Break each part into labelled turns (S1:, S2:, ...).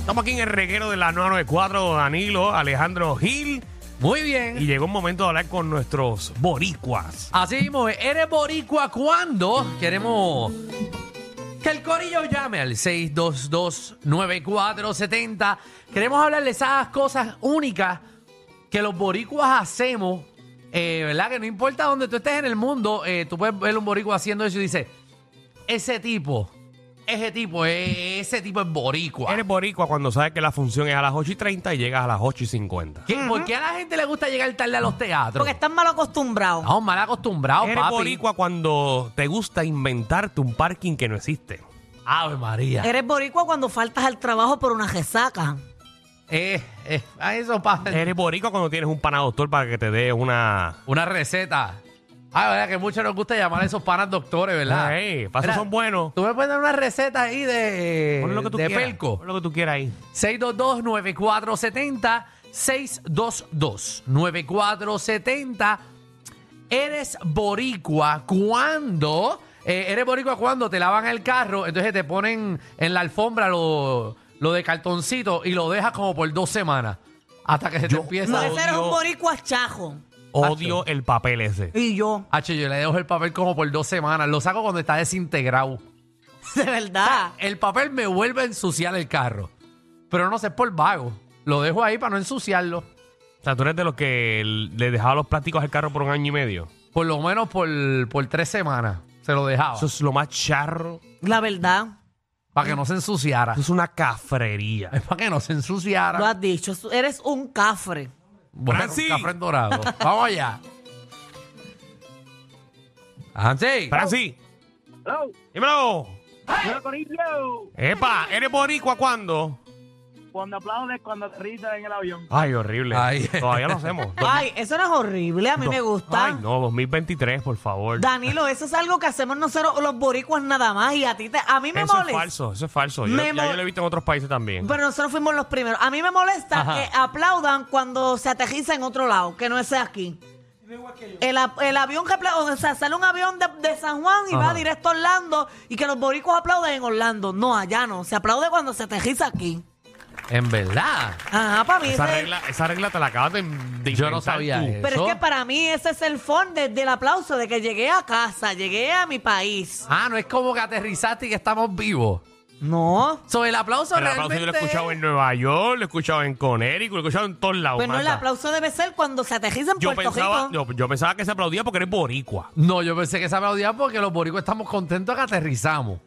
S1: Estamos aquí en el reguero de la 994, Danilo, Alejandro Gil.
S2: Muy
S1: Y
S2: bien.
S1: llegó el momento de hablar con nuestros boricuas.
S2: Así mismo, es. ¿eres boricua cuando Queremos que el corillo llame al 622-9470. Queremos hablar de esas cosas únicas que los boricuas hacemos, eh, ¿verdad? Que no importa dónde tú estés en el mundo, eh, tú puedes ver un boricua haciendo eso y dices, ese tipo, ese tipo, eh, ese tipo es boricua.
S1: Eres boricua cuando sabes que la función es a las 8 y 30 y llegas a las 8 y 50.
S2: ¿Qué- ¿Por qué a la gente le gusta llegar tarde a los teatros?
S3: Porque están mal acostumbrados.
S2: Estamos mal acostumbrados,
S1: Eres
S2: papi.
S1: boricua cuando te gusta inventarte un parking que no existe.
S2: Ave María.
S3: Eres boricua cuando faltas al trabajo por una resaca.
S2: Eh, eh, a eso pasa.
S1: Eres boricua cuando tienes un pana doctor para que te dé una...
S2: Una receta. Ah, verdad que mucho nos gusta llamar a esos panas doctores, ¿verdad?
S1: Ey, pasos
S2: Mira,
S1: son buenos.
S2: Tú me puedes dar una receta ahí de,
S1: Pon lo que tú
S2: de
S1: quieras.
S2: pelco.
S1: Pon lo que tú quieras ahí.
S2: 622-9470. 622-9470. Eres boricua cuando. eh, eres boricua cuando te lavan el carro, entonces te ponen en la alfombra lo, lo de cartoncito y lo dejas como por dos semanas. Hasta que se te empieza
S3: No,
S2: a
S3: ese eres un
S1: Dios.
S3: boricua chajo.
S1: Odio el papel ese.
S3: Y yo,
S2: Hacho, yo le dejo el papel como por dos semanas. Lo saco cuando está desintegrado.
S3: de verdad.
S2: El papel me vuelve a ensuciar el carro. Pero no sé, por vago. Lo dejo ahí para no ensuciarlo.
S1: O sea, tú eres de los que le dejaba los plásticos al carro por un año y medio.
S2: Por lo menos por, por tres semanas se lo dejaba.
S1: Eso es lo más charro.
S3: La verdad.
S2: Para que no se ensuciara.
S1: Eso es una cafrería.
S2: Es para que no se
S3: Lo
S2: ensuciara.
S3: has dicho. Eres un cafre.
S2: Bueno,
S1: Francis.
S2: un café en dorado. Vamos allá. Francis.
S1: Francis,
S4: Hello,
S1: dímelo.
S4: hola, Corillo.
S1: Epa, ¿eres boricua cuándo?
S4: Cuando aplaudes, cuando te ríes en el avión.
S1: Ay, horrible.
S2: Ay.
S1: Todavía lo hacemos.
S3: Ay, eso no es horrible. A mí me gusta.
S1: Ay, Pues no, 2023, por favor.
S3: Danilo, eso es algo que hacemos nosotros los boricuas nada más. Y a ti te, a mí me
S1: eso es
S3: molesta.
S1: falso, eso es falso. Yo,
S3: Me
S1: ya yo
S3: mol-
S1: lo he visto en otros países también.
S3: Pero nosotros fuimos los primeros. A mí me molesta
S2: Ajá.
S3: que aplaudan cuando se aterriza en otro lado, que no sea aquí. El, a- el avión que apla- o sea, sale un avión de, de San Juan y va
S2: Ajá.
S3: directo a Orlando y que los boricos aplauden en Orlando. No, allá no. Se aplaude cuando se aterriza aquí.
S2: En verdad.
S3: Ajá, para mí.
S1: esa,
S3: ese-
S1: regla, esa regla te la acabas de, de
S2: Yo no
S1: inventar
S2: sabía
S1: tú.
S2: eso.
S3: pero es que para mí ese es el fondo del aplauso de que llegué a casa, llegué a mi país.
S2: Ah, no es como que aterrizaste y que estamos vivos.
S3: No.
S2: Sobre el aplauso
S1: El aplauso yo lo he
S2: realmente
S1: escuchado
S2: es-
S1: en Nueva York, lo he escuchado en Connecticut, lo he escuchado en todos lados.
S3: Pues no, el
S1: masa.
S3: aplauso debe ser cuando se aterriza en
S1: yo
S3: Puerto
S1: pensaba,
S3: Rico.
S1: yo, yo pensaba que se aplaudía porque eres boricua.
S2: No, yo pensé que se aplaudía porque los boricuas estamos contentos que aterrizamos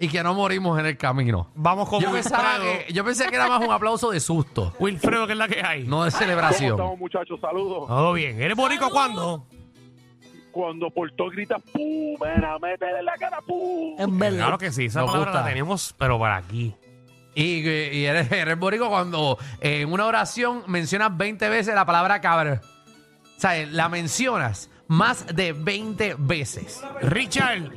S2: y que no morimos en el camino.
S1: Vamos con
S2: Yo pensaba
S1: Wilfredo.
S2: que, yo pensé que era más un aplauso de susto,
S1: Wilfredo, que es la que hay.
S2: no de celebración.
S5: estamos, muchachos? Saludos.
S1: Todo bien. ¿Eres boricua cuándo?
S5: Cuando Portó grita, ¡pumera, métele la cara, pum!
S3: Es verdad.
S1: Claro que sí, esa
S2: Nos
S1: palabra
S2: gusta.
S1: la tenemos, pero para aquí.
S2: Y, y eres, eres boricua cuando eh, en una oración mencionas 20 veces la palabra cabra. O sea, la mencionas más de 20 veces.
S1: Richard,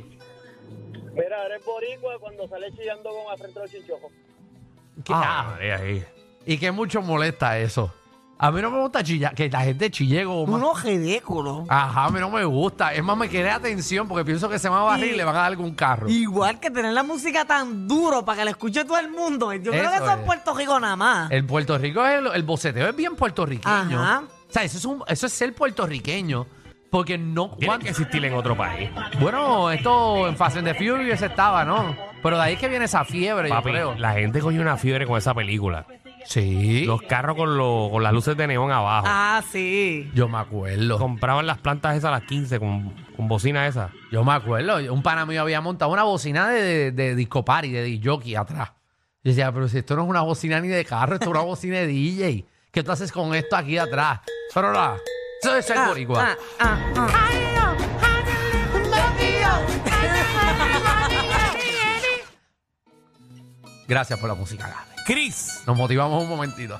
S4: Mira, eres boricua cuando sales chillando con afrentado los chinchojos.
S2: Que-
S1: Ah,
S2: ah,
S1: María, ahí.
S2: y que mucho molesta eso. A mí no me gusta chillar, que la gente chille goma.
S3: Uno ridículo.
S2: Ajá, a mí no me gusta. Es más, me quedé atención porque pienso que se me va a barrir y
S3: Y-
S2: le van a dar algún carro.
S3: Igual que tener la música tan duro para que la escuche todo el mundo. Yo creo que
S2: Eso
S3: eso es
S2: es.
S3: Puerto Rico nada más.
S2: El Puerto Rico es el, el boceteo es bien puertorriqueño.
S3: Ajá.
S2: O sea, eso es, un- eso es ser puertorriqueño. Porque no.
S1: Tiene que existir en otro país.
S2: Bueno, esto en Fast and the Furious estaba, ¿no? Pero de ahí es que viene esa fiebre,
S1: Papi,
S2: yo creo.
S1: la gente cogió una fiebre con esa película.
S2: Sí.
S1: Los carros con, lo- con las luces de neón abajo.
S3: Ah, sí.
S2: Yo me acuerdo.
S1: Compraban las plantas esas a las 15 con, con bocina esa.
S2: Yo me acuerdo. Un pana mío había montado una bocina de, de, de disco party, de disc jockey atrás. Yo decía, pero si esto no es una bocina ni de carro, esto es una bocina de DJ. ¿Qué tú haces con esto aquí atrás? Pero la. Eso es ser
S3: Ah,
S2: boricua.
S3: ah, ah, ah.
S2: Gracias por la música, Gaby.
S1: Chris.
S2: Nos motivamos un momentito.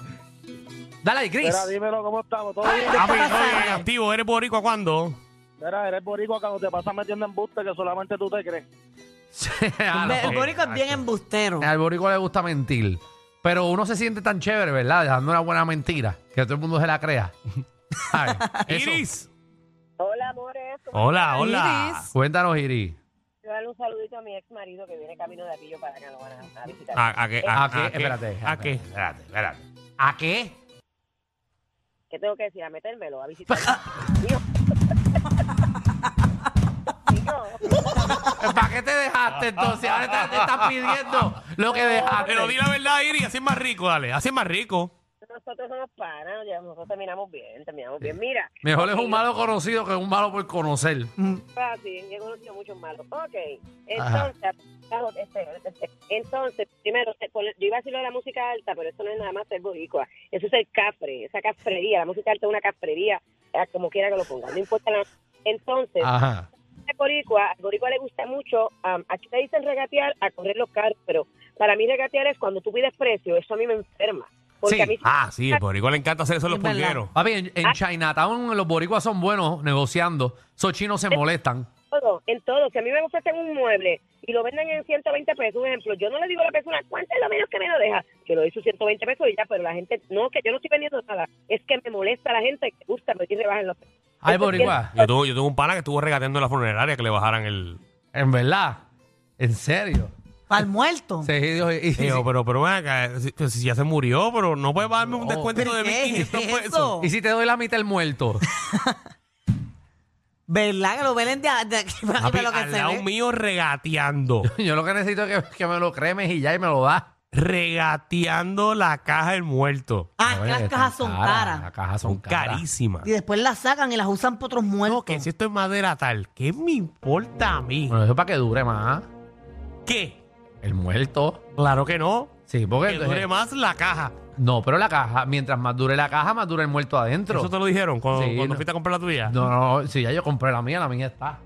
S2: Dale ahí, Chris.
S4: Mira, dímelo, ¿cómo estamos? ¿Todo bien?
S1: Papi,
S3: pasando?
S1: oye, activo, ¿eres boricua cuándo?
S4: Mira, eres boricua cuando te pasas metiendo en buste que solamente tú te crees.
S2: Ah, no.
S3: Ve- El borico es bien embustero.
S2: Al boricua le gusta mentir. Pero uno se siente tan chévere, ¿verdad? Dejando una buena mentira. Que todo el mundo se la crea. ¿Sabes? Eso.
S1: Iris.
S4: Hola, amores.
S1: Hola, hola.
S2: Cuéntanos, Iris.
S6: Quiero darle un saludito a mi ex marido que viene camino de Apillo para acá, lo van a, a visitar.
S1: ¿A, a qué?
S2: ¿A qué? Espérate.
S1: ¿A qué?
S2: Espérate, espérate. ¿A qué?
S6: ¿Qué tengo que decir? A metérmelo, a visitar. Digo. Digo,
S2: ¿Para qué te dejaste entonces? Ahora te, te estás pidiendo lo que dejaste.
S1: Pero di la verdad, Iri, así es más rico, dale. Así es más rico.
S6: Nosotros somos panas, nos llevamos- nosotros terminamos bien, terminamos bien. Mira,
S2: Mejor es un malo conocido que un malo por conocer.
S6: Fácil, yo he conocido muchos malos. Ok, entonces, vamos, espera, espera. entonces primero, te- con- yo iba a decirlo de la música alta, pero eso no es nada más ser boricua. Eso es el cafre, esa cafrería. La música alta es una cafrería, eh, como quiera que lo pongan, no importa la... Entonces,
S2: Ajá.
S6: el boricua, al boricua le gusta mucho, um, aquí le dicen regatear a correr los carros, pero para mí regatear es cuando tú pides precio, eso a mí me enferma. Porque
S2: Sí.
S6: a mí
S1: Ah, sí, por igual le encanta hacer eso a los
S3: Es verdad.
S1: pulgueros.
S2: Papi, en, en
S6: Ah.
S2: Chinatown los boricuas son buenos negociando. Esos chinos se molestan.
S6: todo, en todo. Si a mí me ofrecen un mueble y lo venden en 120 pesos, un ejemplo, yo no le digo a la persona cuánto es lo menos que me lo deja. Yo le doy sus 120 pesos y ya, pero la gente, no, que yo no estoy vendiendo nada. Es que me molesta a la gente que gusta pedir rebajen los precios.
S2: Ay,
S6: Eso es
S2: boricua.
S1: Yo tuve, yo tuve un pana que estuvo regateando en la funeraria que le bajaran el.
S2: En verdad. En serio.
S3: Para el muerto.
S2: Sí, Dios, y- y-
S1: Y yo, pero, pero, ven acá, eh, si, pero si ya se murió, pero no puede darme un
S2: No.
S1: descuento de
S3: ¿Pero qué
S1: 1500
S3: es
S1: pesos.
S3: eso?
S2: y si te doy la mitad el muerto.
S3: ¿Verdad? Que lo velen de, de aquí para
S1: Papi,
S3: arriba lo que
S1: al
S3: se
S1: lado
S3: ve.
S1: mío regateando.
S2: Yo lo que necesito es que, que me lo cremes y ya y me lo das.
S1: regateando la caja del muerto.
S3: Ah, que las
S2: Oye,
S3: cajas son caras.
S2: Las cajas
S1: Son
S2: Ah, son caras.
S1: carísimas.
S3: Y después las sacan y las usan para otros muertos.
S1: Que si esto es madera tal, ¿qué me importa a mí?
S2: Bueno, eso es para que dure más.
S1: ¿Qué?
S2: El muerto.
S1: Claro que no.
S2: Sí, porque
S1: Que dure más la caja.
S2: No, pero la caja, mientras más dure la caja, más dura el muerto adentro.
S1: ¿Eso te lo dijeron cuando,
S2: Sí,
S1: cuando
S2: no.
S1: fuiste a comprar la tuya?
S2: No, no, sí, ya yo compré la mía, la mía está.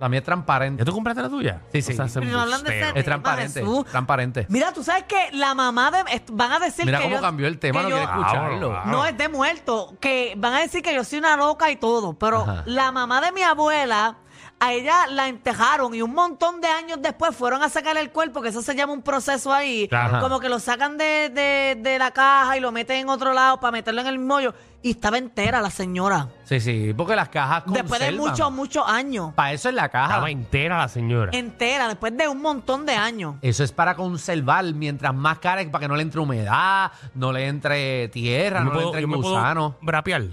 S2: La mía es transparente.
S1: ¿Ya tú compraste la tuya?
S2: Sí, sí.
S1: ese
S3: Pero no hablan de
S1: embustero.
S3: ese-
S2: Es transparente,
S3: Jesús.
S2: transparente.
S3: Mira, tú sabes que la mamá de... est- Van a decir
S2: Mira
S3: que
S2: cómo
S3: yo-
S2: cambió el tema, no
S3: que yo-
S2: quiere escucharlo.
S1: Ah,
S3: No es de muerto, que van a decir que yo soy una loca y todo, pero
S2: Ajá.
S3: la mamá de mi abuela, a ella la entejaron y un montón de años después fueron a sacar el cuerpo, que eso se llama un proceso ahí,
S1: Ajá.
S3: como que lo sacan de, de- de la caja y lo meten en otro lado para meterlo en el mollo y estaba entera la señora,
S2: Sí, sí, porque las cajas
S3: después de muchos, muchos años,
S2: Para eso es la caja.
S1: Estaba entera la señora.
S3: entera, después de un montón de años.
S2: Eso es para conservar mientras más cara, para que no le entre humedad, no le entre tierra,
S1: Yo
S2: no le entre
S1: yo me puedo
S2: gusano.
S1: brapear.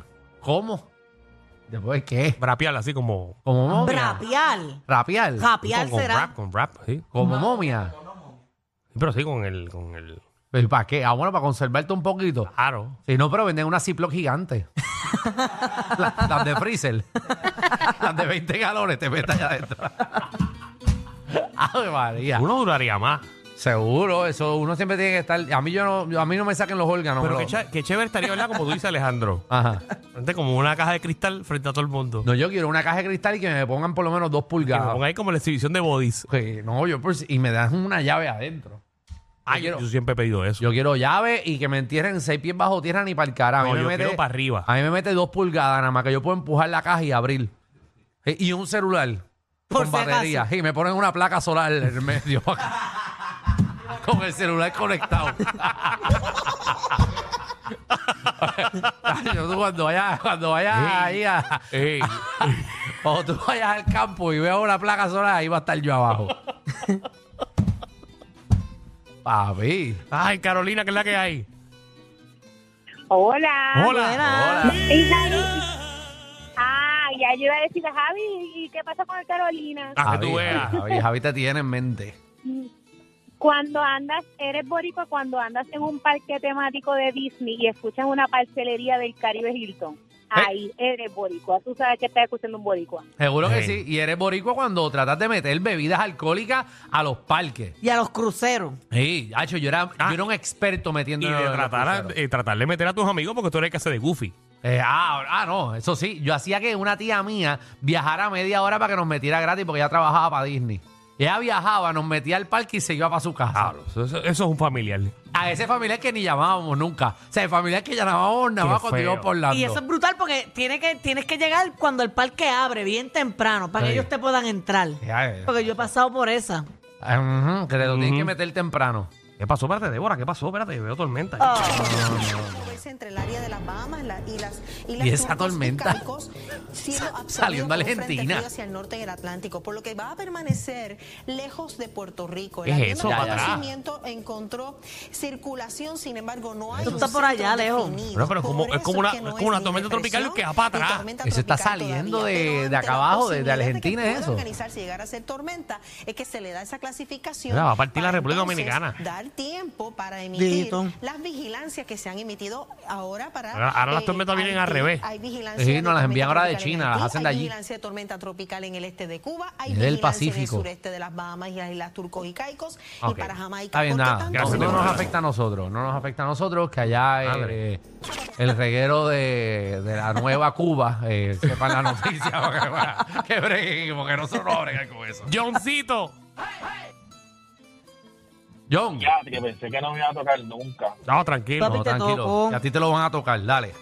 S2: ¿Cómo? ¿Después qué?
S1: Brapear así como...
S2: ¿Como momia?
S3: Brapiar,
S2: ¿Rapear?
S3: rapiar
S1: con, con
S3: será.
S1: rap, con rap, sí.
S2: ¿Como momia?
S1: Pero sí, con el... Con el
S2: ¿Pero para qué? Ah, bueno, para conservarte un poquito.
S1: aro.
S2: Si no, pero venden una Ziploc gigante. La- las, de freezer. las de 20 galones te metes allá adentro. Ave María.
S1: Uno duraría más.
S2: Seguro, eso uno siempre tiene que estar. A mí yo no, a mí no me saquen los órganos.
S1: Pero
S2: bro.
S1: qué, cha- qué chévere estaría, ¿verdad? Como tú dices, Alejandro.
S2: Ajá.
S1: Frente como una caja de cristal frente a todo el mundo.
S2: No, yo quiero una caja de cristal y que me pongan por lo menos dos
S1: que me
S2: pulgadas.
S1: ponga ahí como la exhibición de bodies.
S2: Que no, yo por si- y me dan una llave adentro.
S1: Ah,
S2: quiero-
S1: yo, yo siempre he pedido eso.
S2: Yo quiero llave y que me entierren seis pies bajo tierra ni para el carajo. A mí
S1: No,
S2: me
S1: yo
S2: mete-
S1: quiero para arriba.
S2: A mí me mete dos pulgadas nada más que yo puedo empujar la caja y abrir. Eh, Y un celular
S3: Por
S2: con
S3: si acaso.
S2: batería. Y me ponen una placa solar en el medio. con el celular conectado. Yo, tú cuando vayas, cuando vayas ahí a-
S1: Ey,
S2: o tú vayas al campo y veas una placa solar, ahí va a estar yo abajo. Papi.
S1: Ay, Carolina, que es la que hay.
S6: Hola.
S1: Hola.
S3: Hola.
S6: Y Ah, ya yo iba a decir a Javi, ¿y qué pasa con Carolina?
S1: Ah, que tú
S2: Javi,
S1: veas.
S2: Javi, Javi te tiene en mente.
S6: Cuando andas, eres boricua cuando andas en un parque temático de Disney y escuchas una parcelería del Caribe Hilton. Ahí eres boricua. Tú sabes que estás escuchando un boricua.
S2: Seguro que
S1: Sí.
S2: sí. Y eres boricua cuando tratas de meter bebidas alcohólicas a los parques.
S3: Y a los cruceros.
S2: Sí, hacho, yo era,
S1: Ah.
S2: yo era un experto
S1: Y
S2: metiendo en
S1: de
S2: los
S1: tratar, a-
S2: cruceros.
S1: eh, tratar de meter a tus amigos porque tú eres el que hace de Goofy.
S2: Eh, ah, ah, no, eso sí. Yo hacía que una tía mía viajara media hora para que nos metiera gratis porque ella trabajaba para Disney. Ella viajaba, nos metía al parque y se iba para su casa.
S1: Claro, Ah, eso, eso- eso es un familiar.
S2: A ese familiar que ni llamábamos nunca. O sea, el familiar que llamábamos nada
S1: Qué
S2: más cuando
S1: feo.
S2: íbamos por Orlando.
S3: Y eso es brutal porque tiene que, tienes que llegar cuando el parque abre, bien temprano, para que
S2: Sí.
S3: ellos te puedan entrar.
S2: Ya, eh.
S3: Porque yo he pasado por esa.
S2: Ah, ujú, que te lo tienes
S1: Ujú.
S2: que meter temprano.
S1: ¿Qué pasó? Espérate, Débora, ¿qué pasó? Espérate, veo tormenta.
S7: fortalece entre el área de las Bahamas la- y las Islas
S2: Y esa
S7: Turcos
S2: tormenta.
S7: Caicos, siendo absorbido
S2: Saliendo
S7: por un frente
S2: Argentina.
S7: frío hacia el norte del Atlántico, por lo que va a permanecer lejos de Puerto Rico.
S2: ¿Qué es
S7: avión de
S2: eso? Para atrás.
S7: abastecimiento encontró circulación, sin embargo, no hay
S3: Eso
S7: un
S3: está por allá,
S7: centro
S3: lejos.
S7: definido.
S1: Bueno, pero
S7: Por
S1: como- es
S7: eso
S1: como una-
S7: que no
S1: es como una
S7: ni
S1: tormenta tropical
S7: depresión,
S1: que va para
S7: ni
S1: atrás.
S7: tormenta
S2: Eso está
S7: tropical
S2: saliendo
S7: todavía.
S2: de-
S7: Pero
S2: de
S7: ante la
S2: acá abajo, de- de
S7: posibilidad que
S2: Argentina,
S7: pueda
S2: eso.
S7: organizarse, llegar a ser tormenta, es que se le da esa clasificación.
S1: Mira, va a partir la
S7: para
S1: República
S7: entonces
S1: Dominicana.
S7: Dar tiempo para emitir
S3: Dito.
S7: las vigilancias que se han emitido ahora para.
S1: Ahora- ahora las
S7: eh,
S1: tormentas vienen
S7: hay-
S1: al revés.
S7: Hay vigilancia.
S2: Sí,
S7: de
S2: nos las envían
S7: tormenta
S2: ahora de
S7: tropical en
S2: China, las
S7: Haití,
S2: hacen de
S7: hay
S2: allí.
S7: vigilancia de tormenta tropical en el este de Cuba, hay
S2: Y del
S7: vigilancia en el
S2: Pacífico.
S7: sureste de las Bahamas y las Islas Turcos y Caicos
S2: Ok.
S7: y para Jamaica.
S2: Está bien,
S7: Por
S2: nada.
S7: tanto,
S1: Gracias,
S2: no, no
S1: Leonora.
S2: nos afecta a nosotros, no nos afecta a nosotros que allá
S1: Madre.
S2: eh, el reguero de, de la nueva Cuba eh, sepan la noticia porque, para- que breguen, porque nosotros no vamos a bregar con eso.
S1: Johncito.
S2: John,
S5: Ya, que pensé que no me iba a tocar nunca.
S1: No, tranquilo.
S2: no,
S3: te
S2: tranquilo,
S3: tocó.
S2: que a ti te lo van a tocar, dale.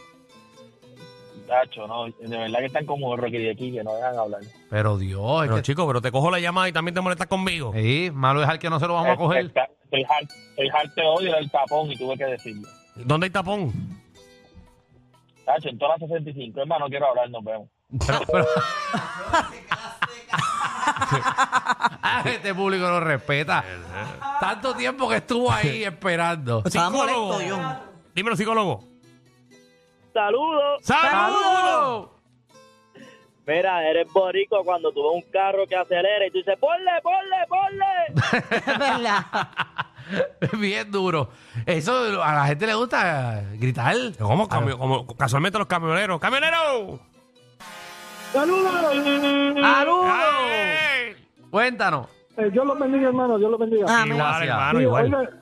S5: Tacho, no, de verdad que están como Rocky de aquí, que no dejan hablar.
S2: Pero Dios, es
S1: Pero
S2: que- Eh.
S1: chico, pero te cojo la llamada y también te molestas conmigo.
S2: Sí, malo es al que nosotros
S1: Este,
S2: vamos a coger.
S5: Está- Estoy hard, estoy hard te odio del tapón y tuve que decirlo.
S1: ¿Dónde hay tapón?
S5: Tacho, en todas las 65, hermano, no quiero hablar, nos vemos.
S2: Pero, pero- Ah, este público no respeta. Tanto tiempo que estuvo ahí esperando.
S3: Estaba
S1: Psicólogo.
S3: molesto, John.
S1: Dímelo, psicólogo.
S4: Saludos.
S1: ¡Saludos!
S4: Mira, eres borico cuando tú ves un carro que acelera y tú dices, ponle, ponle, ponle.
S3: Es verdad.
S2: Bien duro. Eso a la gente le gusta gritar.
S1: ¿Cómo? Cami- como, casualmente los camioneros. ¡Camioneros!
S8: eh, Saludos.
S2: ¡Saludos!
S1: ¡Ay!
S2: Cuéntanos.
S8: Eh, Dios los bendiga, hermano. Dios los bendiga.
S3: Amén.
S1: Igual,
S2: Gracias.
S1: hermano,
S8: Sí,
S1: igual.
S8: Oye,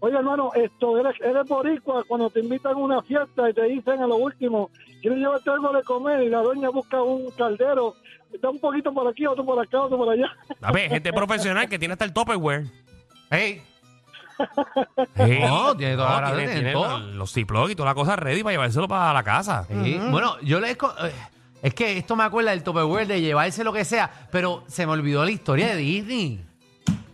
S8: oye, hermano, esto eres, eres boricua cuando te invitan a una fiesta y te dicen a lo último, quiero llevarte algo de comer y la doña busca un caldero, da un poquito por aquí, otro por acá, otro por allá.
S1: A ver, gente profesional que tiene hasta el Tupperware.
S2: Hey,
S1: Sí.
S2: No, tiene toda la razón,
S1: tiene-
S2: tiene
S1: tiene
S2: todo.
S1: Los Ziploc y toda la cosa ready para llevárselo para la casa.
S2: sí. Bueno, yo le esco- eh, es que esto me acuerda del Tupperware de llevarse lo que sea, pero se me olvidó la historia de Disney.